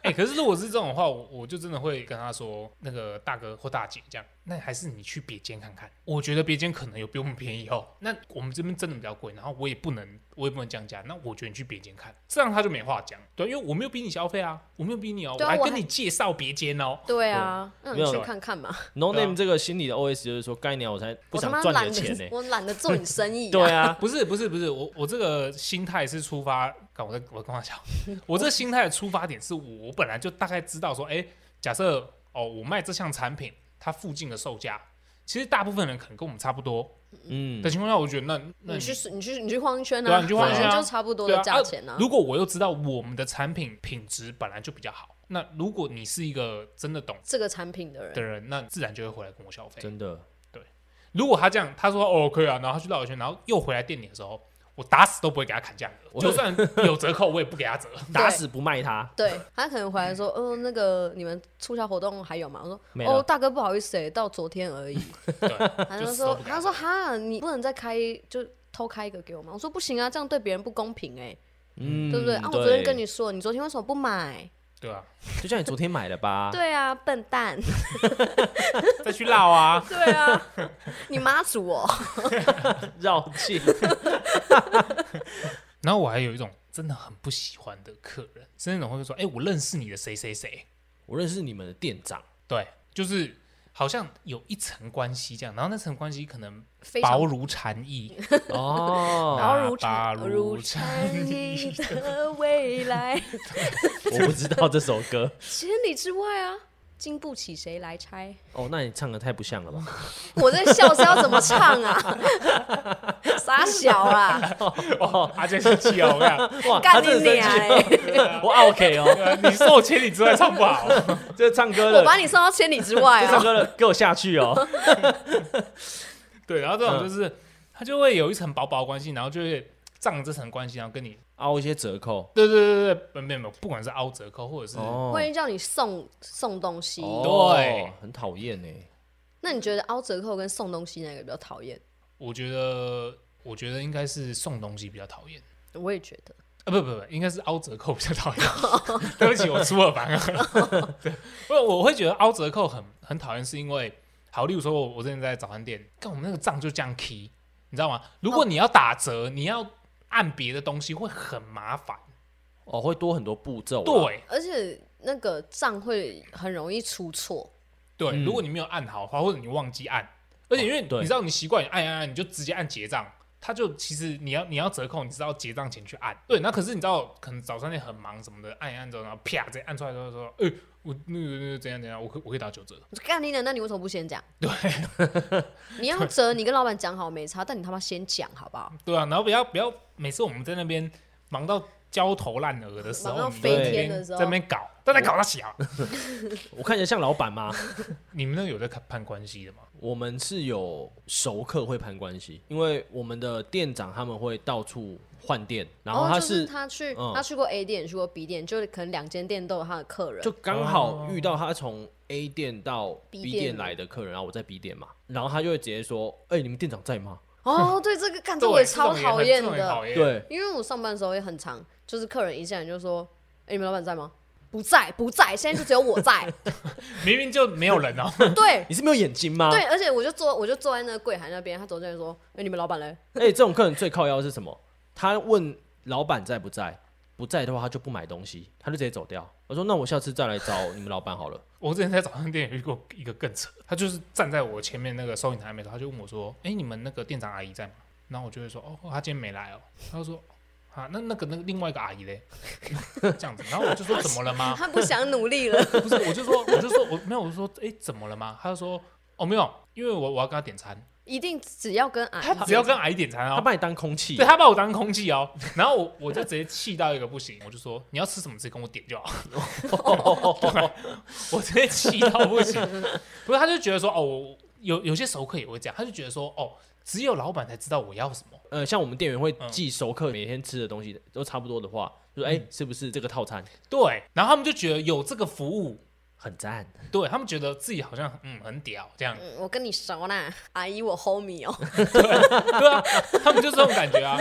Speaker 1: 哎、可是如果是这种的话，我我就真的会跟他说，那个大哥或大姐这样，那还是你去别间看看。我觉得别间可能有比我们便宜哦。那我们这边真的比较贵，然后我也不能，我也不能降价。那我觉得你去别间看，这样他就没话讲。对，因为我没有逼你消费啊，我没有逼你哦，
Speaker 3: 对啊
Speaker 1: 还
Speaker 3: 我
Speaker 1: 跟
Speaker 3: 还
Speaker 1: 你介绍别间哦。
Speaker 3: 对啊，那
Speaker 2: 没
Speaker 3: 你
Speaker 2: 有
Speaker 3: 去
Speaker 1: 了
Speaker 3: 看看嘛。
Speaker 2: No
Speaker 1: 对啊
Speaker 2: Name 这个心理的 OS 就是说，该鸟我才不
Speaker 3: 我他
Speaker 2: 想
Speaker 3: 妈
Speaker 2: 赚
Speaker 3: 懒
Speaker 2: 你的钱呢、
Speaker 3: 得，我懒得做你生意。
Speaker 2: 对，啊，
Speaker 1: 不是不是不是，我我这个心态是出发，干我在我跟他 讲，我这心态的出发点是我本来就大概知道说，哎、假设哦，我卖这项产品，它附近的售价，其实大部分人可能跟我们差不多。
Speaker 2: 嗯
Speaker 1: 的，情况下，我觉得那那
Speaker 3: 你去你去你去晃一圈
Speaker 1: 对啊你去
Speaker 2: 晃一圈啊
Speaker 3: 就差不多
Speaker 1: 对
Speaker 3: 的
Speaker 1: 啊
Speaker 3: 价钱啊。
Speaker 1: 如果我又知道我们的产品品质本来就比较好，那如果你是一个真的懂
Speaker 3: 这个产品的人
Speaker 1: 的，人，那自然就会回来跟我消费。
Speaker 2: 真的，
Speaker 1: 如果他这样，他说哦可以啊，然后他去绕一圈，然后又回来店里的时候，我打死都不会给他砍价格，
Speaker 2: 我
Speaker 1: 就算有折扣我也不给他 折。
Speaker 2: 打死不卖它，
Speaker 3: 对他可能回来说，哦，那个你们促销活动还有吗？我说，
Speaker 2: 没了
Speaker 3: 哦，大哥不好意思欸，到昨天而已。
Speaker 1: 对，
Speaker 3: 他
Speaker 1: 就
Speaker 3: 就是
Speaker 1: 都
Speaker 3: 说
Speaker 1: 不，敢
Speaker 3: 他说哈，你不能再开就。偷开一个给我吗？我说不行啊，这样对别人不公平哎、
Speaker 2: 嗯，
Speaker 3: 对不对？啊，我昨天跟你说，你昨天为什么不买？
Speaker 1: 对啊，
Speaker 2: 就像你昨天买的吧，
Speaker 3: 对啊，笨蛋，
Speaker 1: 再去绕啊，
Speaker 3: 对啊，你妈祖哦，
Speaker 2: 绕境，
Speaker 1: 然后我还有一种真的很不喜欢的客人，是那种会说：“哎、我认识你的谁谁谁。
Speaker 2: 我认识你们的店长，”
Speaker 1: 对，就是好像有一层关系这样，然后那层关系可能
Speaker 3: 非常
Speaker 1: 薄如蝉翼，
Speaker 2: 哦，
Speaker 1: 那
Speaker 3: 薄如
Speaker 1: 八
Speaker 3: 蝉，
Speaker 1: 如
Speaker 3: 如 蝉翼的未 来，
Speaker 2: 我不知道这首歌，
Speaker 3: 千里之外啊，经不起谁来拆。
Speaker 2: 哦，那你唱的太不像了 吧？
Speaker 3: 我在笑是要怎么唱 啊？傻小啊，
Speaker 1: 哦，阿健生气哦，我跟你讲
Speaker 2: 哇，他
Speaker 3: 干
Speaker 2: 真
Speaker 3: 你
Speaker 2: 的
Speaker 3: 娘
Speaker 2: 生气，
Speaker 3: 欸！
Speaker 2: 我 OK 哦，
Speaker 1: 对啊，你受千里之外唱不好，
Speaker 2: 这唱歌
Speaker 3: 啊我
Speaker 2: 了
Speaker 3: 把，你送到千里之外
Speaker 2: 这唱
Speaker 3: 啊！
Speaker 2: 歌了，给我下去哦，
Speaker 1: 对，然后这种就是他就会有一层薄薄的关系，然后就会仗着这层关系，然后跟你，
Speaker 2: 凹一些折扣，
Speaker 1: 对对对对对，没有没有，不管是凹折扣或者
Speaker 3: 嗯
Speaker 1: 是，
Speaker 2: 哦
Speaker 3: 万一叫你送送东西，
Speaker 2: 哦
Speaker 1: 对
Speaker 2: 很讨厌呢。
Speaker 3: 那你觉得凹折扣跟送东西哪个比较讨厌？
Speaker 1: 我觉得我觉得应该是送东西比较讨厌。
Speaker 3: 我也觉得，
Speaker 1: 啊，不不不，应该是凹折扣比较讨厌。对不起，我出尔反尔。对，不，我会觉得凹折扣很很讨厌，是因为好，例如说我我之前在早餐店，看我们那个账就这样 key，你知道吗？如果你要打折，你要按别的东西会很麻烦。
Speaker 2: 哦，会多很多步骤啦。
Speaker 1: 对
Speaker 3: 而且那个账会很容易出错，
Speaker 1: 对，
Speaker 2: 嗯
Speaker 1: 如果你没有按好的话，或者你忘记按，而且因为
Speaker 2: 对
Speaker 1: 你知道你习惯按按按，你就直接按结账。他就其实你要你要折扣，你知道结账前去按。对，那可是你知道，可能早上那很忙什么的，按一按之后，然后啪直接按出来之后说，哎、我那个那个怎样怎样，我可我可以打九折。
Speaker 3: 我说干你娘，那你为什么不先讲？对，你要折，你跟老板讲好没差，但你他妈先讲好不好？
Speaker 1: 对啊，然后不要不要，每次我们在那边忙到焦头烂额的时
Speaker 3: 忙到
Speaker 1: 候，你
Speaker 3: 飞
Speaker 1: 在那
Speaker 3: 天
Speaker 1: 边
Speaker 3: 的时候
Speaker 1: 在那边搞，但在搞到小。
Speaker 2: 我看起来像老板吗？
Speaker 1: 你们那有在看判关系的吗？
Speaker 2: 我们是有熟客会攀关系，因为我们的店长他们会到处换店，然后
Speaker 3: 哦
Speaker 2: 他
Speaker 3: 就是他去、
Speaker 2: 嗯
Speaker 3: 他去过 A 店，去过 B 店，就是可能两间店都有他的客人
Speaker 2: 就。刚好遇到他从 A 店到
Speaker 3: B
Speaker 2: B
Speaker 3: 店
Speaker 2: 店来的客人，然后我在 B 店嘛，然后他就会直接说：“哎、你们店长在吗
Speaker 3: 哦，对，这个干
Speaker 1: 对
Speaker 3: 我也
Speaker 1: 这
Speaker 3: 超
Speaker 1: 种
Speaker 3: 讨
Speaker 1: 很
Speaker 3: 厌
Speaker 1: 这种也
Speaker 3: 的，
Speaker 1: 讨？”厌。
Speaker 2: 对，
Speaker 3: 因为我上班的时候也很常，就是客人一进来就说：“哎、你们老板在吗？”不在，不在，现在就只有 我在。
Speaker 1: 明明就没有人哦、
Speaker 3: 对
Speaker 2: 你是没有眼睛吗？
Speaker 3: 对，而且我就坐，我就坐在那个柜台那边，他走进来说：“哎、你们老板嘞
Speaker 2: 哎、这种客人最靠腰的是什么？他问老板在不在，不在的话他就不买东西，他就直接走掉。我说：“那我下次再来找你们老板好了。
Speaker 1: 我之前在早餐店有遇过一个更扯，他就是站在我前面那个收银台没头，他就问我说：“哎、你们那个店长阿姨在吗？”然后我就会说：“哦，她今天没来哦。”他就说：“啊，那那个那个另外一个阿姨嘞， 这样子。”然后我就说：“怎么了？”吗？
Speaker 3: 他不想努力了。
Speaker 1: 不是，我就说，我就说，我没有，我就说：“哎、怎么了吗？”他就说：“哦，没有，因为我我要跟他点餐，
Speaker 3: 一定只要跟阿
Speaker 1: 他
Speaker 3: 姨，
Speaker 1: 只要跟阿姨点餐
Speaker 2: 他
Speaker 1: 哦。”
Speaker 2: 把你当空气
Speaker 1: 对，他把我当空气哦，然后我我就直接气到一个不行，我就说你要吃什么直接跟我点就好。 我直接气到不行。不是，他就觉得说，哦，我有有些熟客也会这样，他就觉得说，哦，只有老板才知道我要什么。
Speaker 2: 呃，像我们店员会
Speaker 1: 嗯
Speaker 2: 记熟客每天吃的东西都差不多的话，就说哎、是不是这个套餐
Speaker 1: 对，然后他们就觉得有这个服务，
Speaker 2: 很赞？
Speaker 1: 对他们觉得自己好像嗯很屌这样，
Speaker 3: 嗯我跟你熟啦，阿姨我 homie 哦、
Speaker 1: 对啊，他们就这种感觉啊。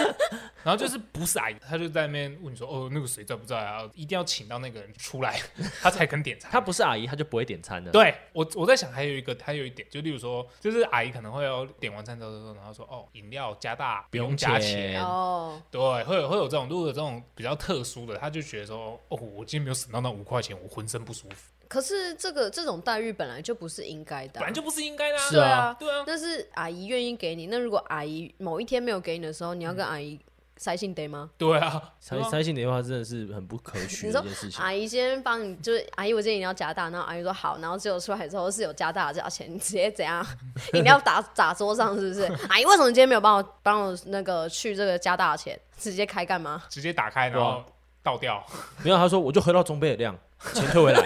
Speaker 1: 然后就是不是阿姨，他就在那边问你说，哦，那个谁在不在啊？一定要请到那个人出来，他才肯点餐。
Speaker 2: 他不是阿姨，他就不会点餐的。
Speaker 1: 对我，我在想还有一个，还有一点，就例如说，就是阿姨可能会有点完餐之后，然后说哦，饮料加大，不用加
Speaker 2: 不用
Speaker 1: 钱
Speaker 2: 钱。
Speaker 3: 哦，
Speaker 1: 对，会有会有这种，如果有这种比较特殊的，他就觉得说，哦，我今天没有省到那五块钱，我浑身不舒服，
Speaker 3: 可是这个这种待遇本来就不是应该的
Speaker 1: 本
Speaker 3: 啊、
Speaker 1: 来就不是应该的、啊。
Speaker 2: 是啊
Speaker 1: 对啊，
Speaker 3: 那是阿姨愿意给你。那如果阿姨某一天没有给你的时候，你要跟
Speaker 2: 嗯
Speaker 3: 阿姨塞信得吗？
Speaker 1: 对 啊，
Speaker 2: 塞塞信的话真的是很不可取
Speaker 3: 你
Speaker 2: 的
Speaker 3: 说啊
Speaker 2: 一件事情。
Speaker 3: 阿姨今天帮你，就是阿姨，我建议你要加大，然后阿姨说好，然后结果出来之后是有加大的价钱，你直接怎 样？饮料打打桌上是不是？阿姨为什么你今天没有帮我帮我那个去这个加大的钱？直接开干嘛？
Speaker 1: 直接打开然后倒掉，
Speaker 2: 没有，他说我就喝到中杯的量，钱退回来。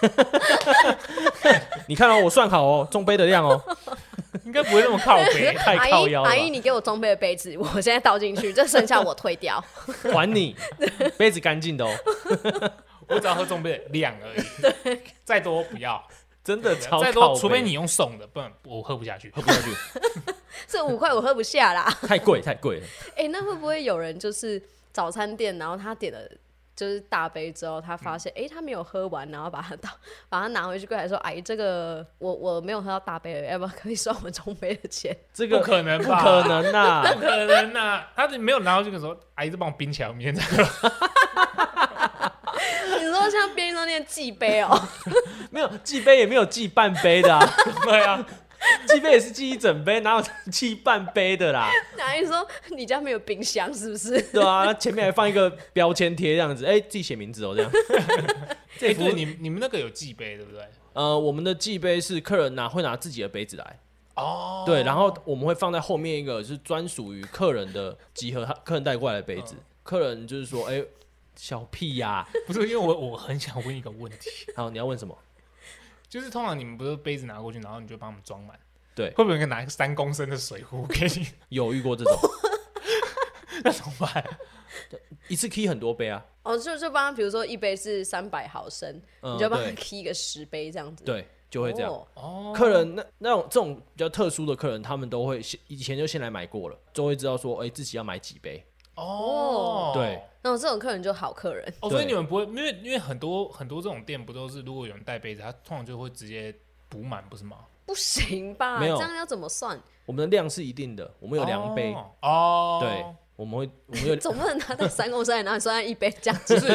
Speaker 2: 你看哦，我算好哦，中杯的量哦，。
Speaker 1: 应该不会那么靠北
Speaker 2: 太
Speaker 3: 阿
Speaker 2: 靠
Speaker 3: 姨，
Speaker 2: 腰了吧
Speaker 3: 阿姨，你给我中杯的杯子，我现在倒进去，这剩下我退 掉。
Speaker 2: 还你杯子干净的哦，
Speaker 1: 我只要喝中杯的量 而已，再多不要，
Speaker 2: 真的超
Speaker 1: 再多
Speaker 2: 靠
Speaker 1: 除非
Speaker 2: 北
Speaker 1: 你用送的，不然我喝不下去。
Speaker 2: 喝不下去，
Speaker 3: 这五块我喝不下啦。
Speaker 2: 太贵太贵了。
Speaker 3: 哎、那会不会有人就是早餐店，然后他点了就是大杯之后，他发现哎、诶他没有喝完，然后把它倒，把它拿回去柜台说，哎，这个我我没有喝到大杯了，要不要可以算我中杯的钱？
Speaker 2: 这个
Speaker 1: 不可能
Speaker 2: 不
Speaker 1: 吧？
Speaker 2: 可能啊呐、
Speaker 1: 不可能呐、他没有拿到这个时候，阿姨就帮我冰起来，我明天再喝。
Speaker 3: 你说像便利商店寄杯哦、
Speaker 2: 没有记杯也没有记半杯的、啊，
Speaker 1: 对啊，
Speaker 2: 记杯也是记一整杯，哪有 记半杯的啦？
Speaker 3: 哪一说你家没有冰箱是不是？
Speaker 2: 对啊，那前面还放一个标签贴这样子，哎、自己写名字哦，这样。
Speaker 1: 哎、
Speaker 2: 这服务
Speaker 1: 对，你你们那个有寄杯对不对？
Speaker 2: 呃，我们的记杯是客人拿会拿自己的杯子来，
Speaker 1: 哦，
Speaker 2: 对，然后我们会放在后面一个是专属于客人的集合，他客人带过来的杯子，
Speaker 1: 哦
Speaker 2: 客人就是说，哎、小屁呀、
Speaker 1: 不是因为我我很想问一个问题，
Speaker 2: 好，你要问什么？
Speaker 1: 就是通常你们不是杯子拿过去，然后你就帮他们装满，
Speaker 2: 对
Speaker 1: 会不会有人拿一个三公升的水壶给你？
Speaker 2: 有遇过这种，
Speaker 1: 那怎么办？
Speaker 2: 一次 key 很多杯啊，
Speaker 3: 哦，就就帮他，比如说一杯是三百毫升，
Speaker 2: 嗯
Speaker 3: 你就帮他
Speaker 2: 对
Speaker 3: key 一个十杯这样子。，
Speaker 2: 对，就会这样。
Speaker 3: 哦、
Speaker 1: 哦，
Speaker 2: 客人那那种这种比较特殊的客人，他们都会先以前就先来买过了，就会知道说，哎、自己要买几杯。
Speaker 1: 哦，
Speaker 2: 对。
Speaker 3: 那种这种客人就好客人。
Speaker 1: 哦，所以
Speaker 2: 对
Speaker 1: 你们不会，因为因为很多很多这种店不都是，如果有人带杯子，他通常就会直接补满，不是吗？
Speaker 3: 不行吧？
Speaker 2: 没有
Speaker 3: 这样要怎么算？
Speaker 2: 我们的量是一定的，我们有量杯，
Speaker 1: 哦哦，
Speaker 2: 对，我们会我 们有
Speaker 3: 总不能拿到三公升来，然后算一杯这样子
Speaker 1: 不是，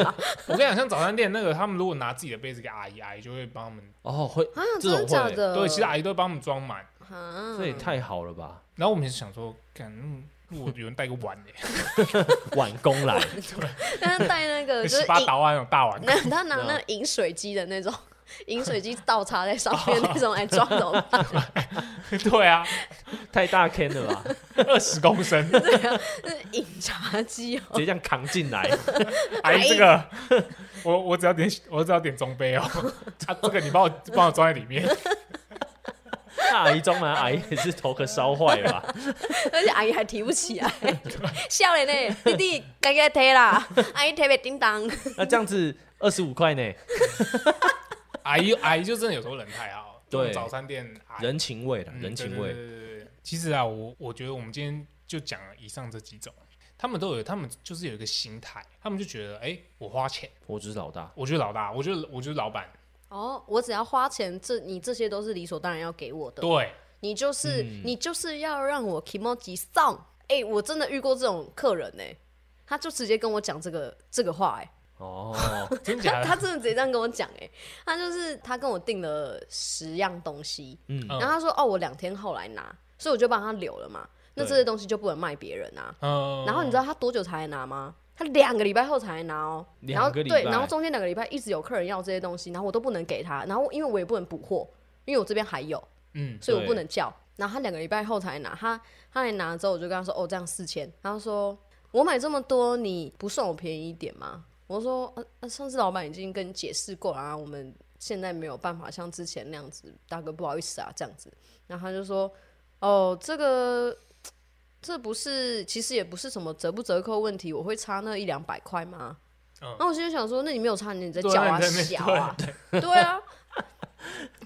Speaker 1: 我跟你讲，像早餐店那个，他们如果拿自己的杯子给阿姨，阿姨就会帮他们，
Speaker 2: 哦会
Speaker 3: 啊？
Speaker 2: 这
Speaker 3: 真
Speaker 2: 种
Speaker 3: 的
Speaker 2: 会
Speaker 3: 假的？
Speaker 1: 对，其实阿姨都会帮他们装满。
Speaker 3: 啊，
Speaker 2: 这也太好了吧，
Speaker 1: 然后我们也是想说，干，嗯如果有人带个碗欸
Speaker 2: 碗工来，
Speaker 3: 但是带那个呃就
Speaker 1: 十
Speaker 3: 是
Speaker 1: 八
Speaker 3: 饮，
Speaker 1: 岛啊那种大碗，
Speaker 3: 那他拿那饮水机的那种。饮水机倒插在上面那种来装怎么办？
Speaker 1: 对啊，
Speaker 2: 太大坑了吧，
Speaker 1: 二十公升，
Speaker 3: 那饮茶机哦，
Speaker 2: 直接这样扛进 来，
Speaker 1: 阿姨这个，我我只要点我只要点中杯哦， 啊，这个你帮我帮我装在里面，
Speaker 2: 那阿姨装满，阿姨 也是头壳烧坏了吧？
Speaker 3: 而且阿姨还提不起来，笑脸呢，弟弟赶紧推啦，阿姨推别叮当。
Speaker 2: 那这样子二十五块呢，
Speaker 1: 阿姨阿姨就真的有时候人太好，
Speaker 2: 对
Speaker 1: 早餐店阿姨
Speaker 2: 人情味了，
Speaker 1: 嗯
Speaker 2: 人情
Speaker 1: 对
Speaker 2: 味
Speaker 1: 对，对对对其实啊，我我觉得我们今天就讲了以上这几种，他们都有，他们就是有一个心态，他们就觉得，哎、我花钱，
Speaker 2: 我只是老大，
Speaker 1: 我就是老大，我就是我就是老板，
Speaker 3: 哦，我只要花钱，这你这些都是理所当然要给我的。
Speaker 1: 对，嗯
Speaker 3: 你就是、你就是要让我 k i m o j i 送。哎、我真的遇过这种客人呢、他就直接跟我讲这个这个话哎、
Speaker 2: 哦，
Speaker 1: 真假
Speaker 3: 他
Speaker 1: 的？
Speaker 3: 他真的直接这样跟我讲哎、他就是他跟我订了十样东西，
Speaker 2: 嗯
Speaker 3: 然后他说哦，我两天后来拿，所以我就帮他留了嘛。那
Speaker 2: 对
Speaker 3: 这些东西就不能卖别人啊。
Speaker 1: 嗯，
Speaker 3: 然后你知道他多久才来拿吗？他两个礼拜后才来拿哦、然后
Speaker 2: 两个礼
Speaker 3: 对，
Speaker 2: 拜
Speaker 3: 然后中间两个礼拜一直有客人要这些东西，然后我都不能给他，然后因为我也不能补货，因为我这边还有，
Speaker 1: 嗯，
Speaker 3: 所以我
Speaker 2: 对
Speaker 3: 不能叫。然后他两个礼拜后才拿，他他来拿了之后，我就跟他说：“哦，这样四千。”他说：“我买这么多，你不算我便宜一点吗？”我说：“呃、呃上次老板已经跟你解释过了啊，我们现在没有办法像之前那样子，大哥不好意思啊，这样子。”然后他就说：“哦，这个这不是，其实也不是什么折不折扣问题，我会差那一两百块吗？”
Speaker 1: 嗯
Speaker 3: 那我心里想说：“那你没有差，你在
Speaker 1: 对
Speaker 3: 叫啊
Speaker 1: 那你在那
Speaker 3: 小啊，对啊。”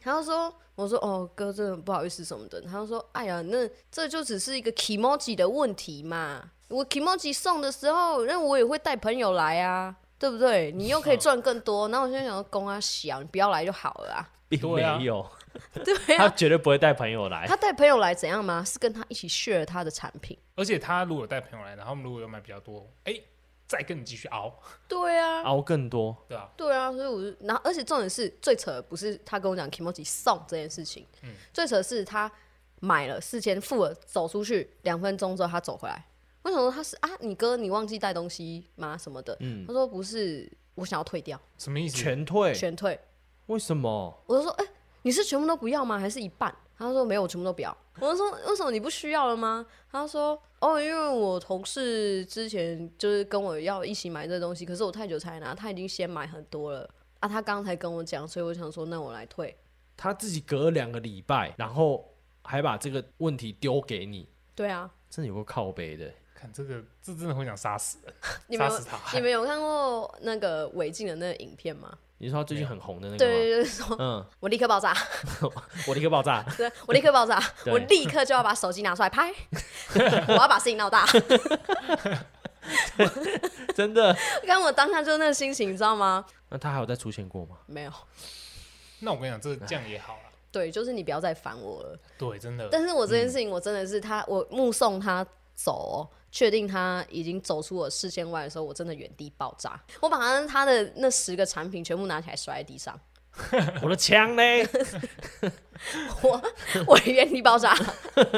Speaker 3: 他就说：“我说哦，哥，真的不好意思什么的。”他就说：“哎呀，那这就只是一个 k i m o j i 的问题嘛。我 k i m o j i 送的时候，那我也会带朋友来啊，对不对？你又可以赚更多。然后我现在想说，公啊小，你不要来就好了啊。
Speaker 2: 并
Speaker 1: 对啊
Speaker 2: 没有，
Speaker 3: 对
Speaker 2: 他
Speaker 3: 啊，
Speaker 2: 绝对不会带朋友来，
Speaker 3: 他带朋友来怎样吗？是跟他一起 share 他的产品。
Speaker 1: 而且他如果带朋友来，然后他们如果有买比较多，哎、再跟你继续熬，
Speaker 3: 对啊，
Speaker 2: 熬更多，
Speaker 1: 对吧、
Speaker 3: 对啊，所以我就，然后而且重点是最扯的不是他跟我讲 Kimoji 送这件事情，最扯的是他买了四千付了，走出去两分钟之后他走回来，我想说他是啊，你哥你忘记带东西吗什么的，他说不是，我想要退掉
Speaker 1: 什么意思？
Speaker 2: 全退，
Speaker 3: 全退，
Speaker 2: 为什么？
Speaker 3: 我就说哎、你是全部都不要吗？还是一半？他说没有，我全部都不要。我就说为什么你不需要了吗？他说哦，因为我同事之前就是跟我要一起买这东西，可是我太久才拿，他已经先买很多了啊。他刚才跟我讲，所以我想说那我来退。
Speaker 2: 他自己隔了两个礼拜，然后还把这个问题丢给你，
Speaker 3: 对啊，
Speaker 2: 真的有个靠背的，
Speaker 1: 看这个，这真的会想杀死人，
Speaker 3: 你们
Speaker 1: 杀
Speaker 3: 有
Speaker 1: 死他。
Speaker 3: 你们有看过那个违禁的那个影片吗？
Speaker 2: 你说他最近很红的那
Speaker 3: 对
Speaker 2: 个吗？
Speaker 3: 对对，就是说
Speaker 2: 嗯，
Speaker 3: 我立刻爆炸，
Speaker 2: 我立刻爆 炸，
Speaker 3: 对我立刻爆炸，
Speaker 2: 对
Speaker 3: 我立刻就要把手机拿出来拍，我要把事情闹大。
Speaker 2: 真的。
Speaker 3: 看我当下就那个心情，你知道吗？
Speaker 2: 那他还有再出现过 吗？
Speaker 3: 没有。
Speaker 1: 那我跟你讲，这这样也好了，啊
Speaker 3: 对，就是你不要再烦我了。
Speaker 1: 对，真的。
Speaker 3: 但是我这件事情，我真的是他，我目送他走哦、确定他已经走出我视线外的时候，我真的原地爆炸，我把他他的那十个产品全部拿起来摔在地上，
Speaker 2: 我的枪呢？
Speaker 3: 我我原地爆炸。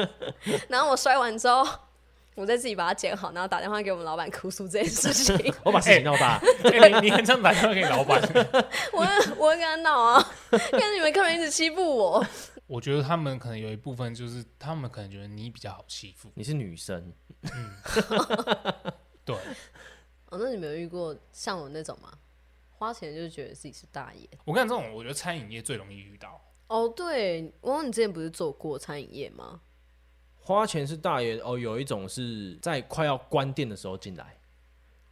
Speaker 3: 然后我摔完之后，我再自己把它捡好，然后打电话给我们老板哭诉这件事情。
Speaker 2: 我把事情闹大，
Speaker 1: 哎你你很想打电话给你老板，
Speaker 3: 我我会跟他闹啊， 看你们客人一直欺负我。
Speaker 1: 我觉得他们可能有一部分就是他们可能觉得你比较好欺负，
Speaker 2: 你是女生，
Speaker 1: 对，
Speaker 3: 哦，那你们有遇过像我那种吗？花钱就觉得自己是大爷
Speaker 1: 我跟你讲，这种我觉得餐饮业最容易遇到。
Speaker 3: 哦，对，汪，你之前不是做过餐饮业吗？
Speaker 2: 花钱是大爷哦。有一种是在快要关店的时候进来，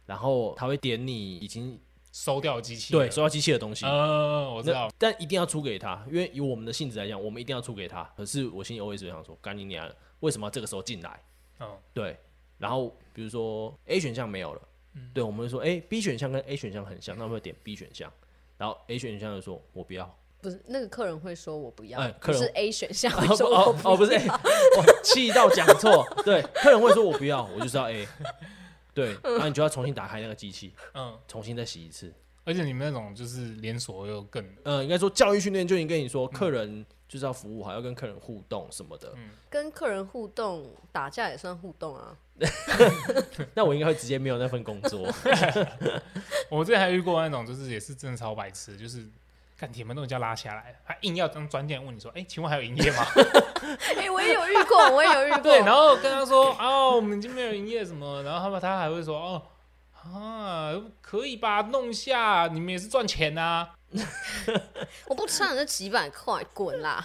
Speaker 2: 然后他会点你已经
Speaker 1: 收掉机器，
Speaker 2: 对收到机器的东西，
Speaker 1: 呃，我知道，
Speaker 2: 但一定要出给他，因为以我们的性质来讲，我们一定要出给他。可是我心里 always 想说，干你娘的，为什么要这个时候进来？
Speaker 1: 嗯，
Speaker 2: 对，然后比如说 A 选项没有了，
Speaker 1: 嗯
Speaker 2: 对，我们会说哎、B 选项跟 A 选项很像，那我们会点 B 选项，然后 A 选项就说我不要，
Speaker 3: 不是那个客人会说我不要，
Speaker 2: 哎
Speaker 3: 不
Speaker 2: 客人
Speaker 3: 是 A 选项
Speaker 2: 啊
Speaker 3: 会
Speaker 2: 不
Speaker 3: 说我
Speaker 2: 哦
Speaker 3: 不要
Speaker 2: 哦，不是，哎 我气到讲错。对，客人会说我不要，我就知道 A。对，然后你就要重新打开那个机器，
Speaker 1: 嗯，
Speaker 2: 重新再洗一次。
Speaker 1: 而且你们那种就是连锁又更
Speaker 2: 呃，应该说教育训练就已经跟你说，客人就是要服务好，要跟客人互动什么的。
Speaker 3: 跟客人互动，打架也算互动啊。
Speaker 2: 那我应该会直接没有那份工 作。
Speaker 1: 我之前还遇过那种，就是也是真的超白痴，就是看铁门都已经要拉下来了，他硬要当转店问你说：“哎、请问还有营业吗
Speaker 3: 哎、我也有遇过，我也有遇过。？”
Speaker 1: 对，然后跟他说：“哦，我们已经没有营业什么。”然后他们他还会说：“哦，啊，可以吧，弄一下，你们也是赚钱啊呐、
Speaker 3: 我不吃你这几百块，滚啦！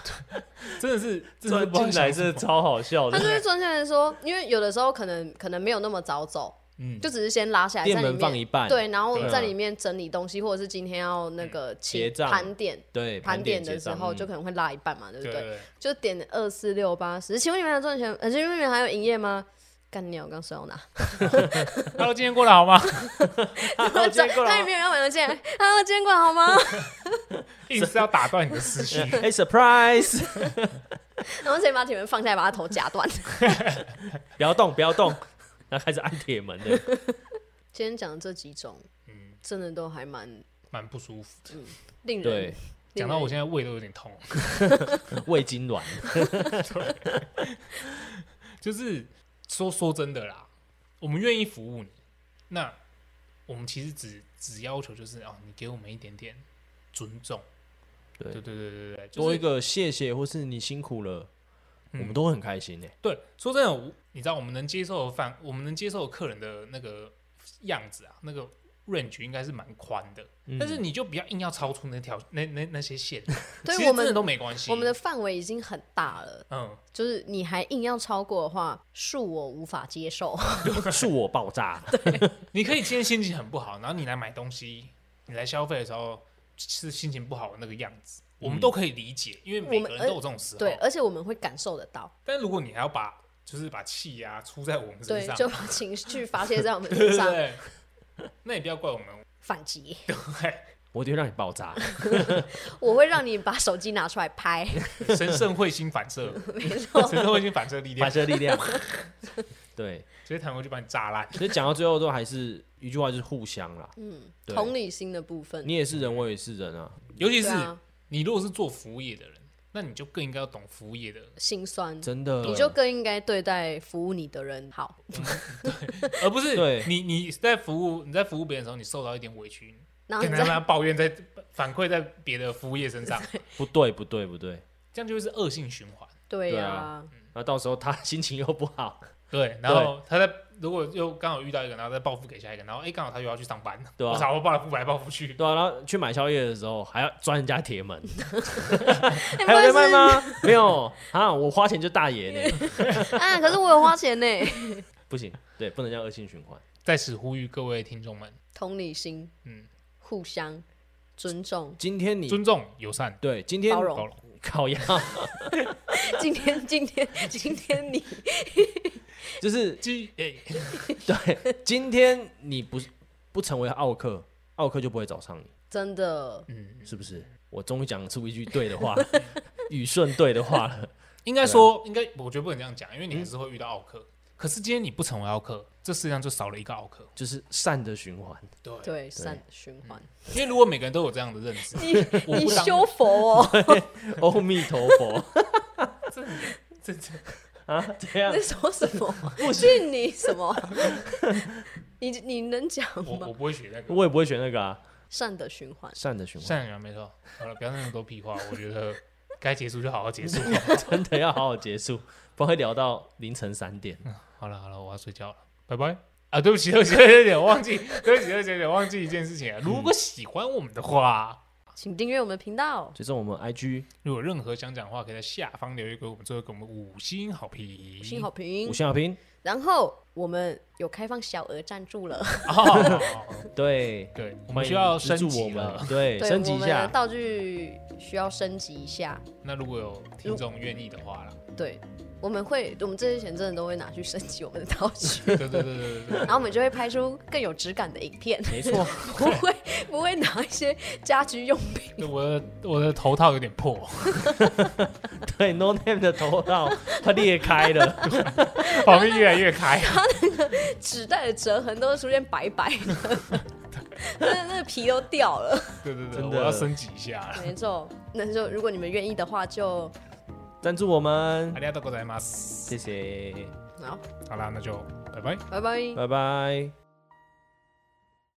Speaker 1: 真的是，真的是
Speaker 2: 钻
Speaker 1: 不知道
Speaker 2: 进
Speaker 1: 想什
Speaker 2: 来真
Speaker 1: 么
Speaker 2: 的超好笑
Speaker 3: 他
Speaker 2: 的
Speaker 3: 就。会钻进来说，因为有的时候可能可能没有那么早走，
Speaker 1: 嗯，
Speaker 3: 就只是先拉下来，
Speaker 2: 店
Speaker 3: 在里
Speaker 2: 门放
Speaker 3: 面
Speaker 2: 一半，
Speaker 3: 对，然后
Speaker 1: 对啊
Speaker 3: 在里面整理东西，或者是今天要那个
Speaker 2: 嗯结
Speaker 3: 清
Speaker 2: 账
Speaker 3: 盘点。
Speaker 2: 对，
Speaker 3: 盘点的
Speaker 2: 结
Speaker 3: 时
Speaker 2: 账
Speaker 3: 候
Speaker 2: 嗯
Speaker 3: 就可能会拉一半嘛，对不
Speaker 1: 对
Speaker 3: 对？
Speaker 1: 对对，
Speaker 3: 就点二四六八十。请问你们还有赚钱？呃，请问你们还有营业吗？干你！我刚说到哪？
Speaker 1: 他说今天过得好吗？ 哦
Speaker 2: 我见过了
Speaker 3: 那里面有人买东西，啊，今天过得好吗？
Speaker 1: 硬是要打断你的思绪。
Speaker 2: 哎，surprise！
Speaker 3: 然后直接把铁门放下来，把他头夹 断。
Speaker 2: 不要动，不要动， 然后开始按铁门的。
Speaker 3: 今天讲的这几种，
Speaker 1: 嗯，
Speaker 3: 真的都还蛮
Speaker 1: 蛮不舒服。
Speaker 2: 嗯
Speaker 3: 令人
Speaker 2: 对，
Speaker 1: 讲到我现在胃都有点痛，
Speaker 2: 胃痉挛。
Speaker 1: 就是说说真的啦，我们愿意服务你，那我们其实只只要求就是哦，你给我们一点点尊重。
Speaker 2: 对
Speaker 1: 对对对对对，就
Speaker 2: 多一
Speaker 1: 是
Speaker 2: 个谢谢，或是你辛苦了，我
Speaker 1: 嗯
Speaker 2: 们都会很开心欸 诶。
Speaker 1: 对。说真的，我你知道我们能接受的范，我们能接受的客人的那个样子啊，那个 range 应该是蛮宽的，
Speaker 2: 嗯
Speaker 1: 但是你就不要硬要超出那条那那那些 线，
Speaker 3: 对
Speaker 1: 其实
Speaker 3: 我
Speaker 1: 真的
Speaker 3: 们
Speaker 1: 都没关系。
Speaker 3: 我们的范围已经很大了，
Speaker 1: 嗯，
Speaker 3: 就是你还硬要超过的话，恕我无法接受。
Speaker 2: 恕我爆炸，
Speaker 1: 你可以今天心情很不好，然后你来买东西，你来消费的时候是心情不好的那个样子，我
Speaker 3: 嗯
Speaker 1: 们都可以理解，因为每个人都有这种时候。
Speaker 3: 呃对，而且我们会感受得到，
Speaker 1: 但如果你还要把就是把气呀、出在我们身
Speaker 3: 对，
Speaker 1: 上，
Speaker 3: 就 把情绪发泄在我们
Speaker 1: 对
Speaker 3: 身
Speaker 1: 对
Speaker 3: 上，
Speaker 1: 对，那也不要怪我们。
Speaker 3: 反击。
Speaker 2: 我一定会让你 爆炸。
Speaker 3: 我会让你把手机拿出来拍，
Speaker 1: 神圣彗星反 射，
Speaker 3: 没错。
Speaker 1: 神圣彗星反射力量，
Speaker 2: 反射力 量。对，
Speaker 1: 直接弹过去把你炸烂。
Speaker 2: 所以讲到最后都还是一句话，就是互相啦。
Speaker 3: 嗯，
Speaker 2: 对
Speaker 3: 同理心的部分，
Speaker 2: 你也是人，我也是人啊。
Speaker 1: 尤其
Speaker 3: 对
Speaker 1: 是
Speaker 3: 啊，
Speaker 1: 你如果是做服务业的人，那你就更应该要懂服务业的。
Speaker 3: 心酸，
Speaker 2: 真的，
Speaker 3: 你就更应该对待服务你的人好。
Speaker 1: 而不是
Speaker 2: 对
Speaker 1: 你你在服务你在服务别人的时候，你受到一点委屈，
Speaker 3: 然后
Speaker 1: 可
Speaker 3: 你
Speaker 1: 能让
Speaker 3: 再
Speaker 1: 他抱怨在反馈在别的服务业身上，
Speaker 2: 不对，不对，不对。
Speaker 1: 这样就会是恶性循环。
Speaker 3: 对
Speaker 2: 对
Speaker 3: 呀、
Speaker 2: 啊那到时候他 心情又不好，
Speaker 1: 对，然后他在如果又刚好遇到一个，然后再报复给下一个，然后哎，刚好他又要去上班，
Speaker 2: 对啊
Speaker 1: 我操，我报来复来报复去，
Speaker 2: 对啊，然后去买宵夜的时候还要钻人家铁 门，
Speaker 3: 哎
Speaker 2: 还有在
Speaker 3: 不好
Speaker 2: 卖
Speaker 3: 意思
Speaker 2: 吗？没有啊，我花钱就大爷 呢，
Speaker 3: 啊，可是我有花钱呢。
Speaker 2: 不行，对，不能这样恶性循环。
Speaker 1: 在此呼吁各位听众们，
Speaker 3: 同理心，
Speaker 1: 嗯，
Speaker 3: 互相尊重。
Speaker 2: 今天你
Speaker 1: 尊重、友善、
Speaker 2: 对今天
Speaker 3: 包容
Speaker 1: 包容。
Speaker 2: 烤鸭，
Speaker 3: 今天， 今天，今天你
Speaker 2: 就是
Speaker 1: 鸡哎，
Speaker 2: 对，今天你不是不成为奥克，奥克就不会找上你，
Speaker 3: 真的
Speaker 1: 嗯，
Speaker 2: 是不是？我终于讲出一句对的 话，语顺对的话了。
Speaker 1: 应该说，
Speaker 2: 啊
Speaker 1: 应该我觉得不能这样讲，因为你还是会遇到奥克。可是今天你不成为奥克，这世界上就少了一个奥克。
Speaker 2: 就是善的循环。
Speaker 1: 对，
Speaker 3: 对善的循环。
Speaker 1: 因为如果每个人都有这样的认知，
Speaker 3: 你
Speaker 1: 我
Speaker 3: 你
Speaker 1: 不当
Speaker 3: 修佛哦，
Speaker 2: 阿弥陀佛
Speaker 1: 这这
Speaker 2: 啊，这样
Speaker 3: 你说什么？训你什么？你你能讲
Speaker 1: 我
Speaker 3: 吗
Speaker 1: 我？不会学那个。
Speaker 2: 我也不会选那个啊，
Speaker 3: 善的循环，
Speaker 2: 善的循环，
Speaker 1: 善良没错，好了，不要那么多屁话，我觉得该结束就好好结束。
Speaker 2: 真的要好好结束，不然会聊到凌晨三点。
Speaker 1: 好了好了，我要睡觉了，拜拜。啊，对不起，对不起，对不起，我忘记，对不起，对不起，我忘记一件事情啊。如果喜欢我们的话，
Speaker 3: 请订阅我们的频道。
Speaker 2: 追踪我们 IG
Speaker 1: 如果有任何想讲的话，可以在下方留言给我们，最后给我们五星好评。
Speaker 3: 五星好
Speaker 2: 五
Speaker 3: 评，
Speaker 2: 星好评，
Speaker 3: 然后我们有开放小额赞助了，
Speaker 1: 哦，
Speaker 2: 对，
Speaker 1: 对，我
Speaker 2: 我
Speaker 1: 们需要升
Speaker 2: 我
Speaker 1: 级了
Speaker 2: 们，。对，
Speaker 3: 对
Speaker 2: 升级一
Speaker 3: 我们
Speaker 2: 下
Speaker 3: 的，道具需要升级一下。
Speaker 1: 那如果有听众愿意的话啦，
Speaker 3: 对，我们会，我们这些钱真的都会拿去升级我们的道 具，
Speaker 1: 对对对对对对，
Speaker 3: 然后我们就会拍出更有质感的影片，
Speaker 2: 没错，
Speaker 3: 不会不会拿一些家居用品。
Speaker 1: 对我的我的头套有点破，
Speaker 2: 对，No Name 的头套它裂开 了，
Speaker 1: 旁边越来越开，
Speaker 3: 纸袋的折痕都会出现白白的， 那那个皮都掉了。
Speaker 1: 对对对，
Speaker 2: 真
Speaker 1: 我
Speaker 2: 的
Speaker 1: 要升级一下。
Speaker 3: 没错，那就如果你们愿意的话就，
Speaker 2: 赞助我们
Speaker 1: あ，りがとうございます。
Speaker 2: 谢谢，
Speaker 3: 好，
Speaker 1: 好啦，那就拜拜。
Speaker 3: 拜拜。
Speaker 2: 拜拜。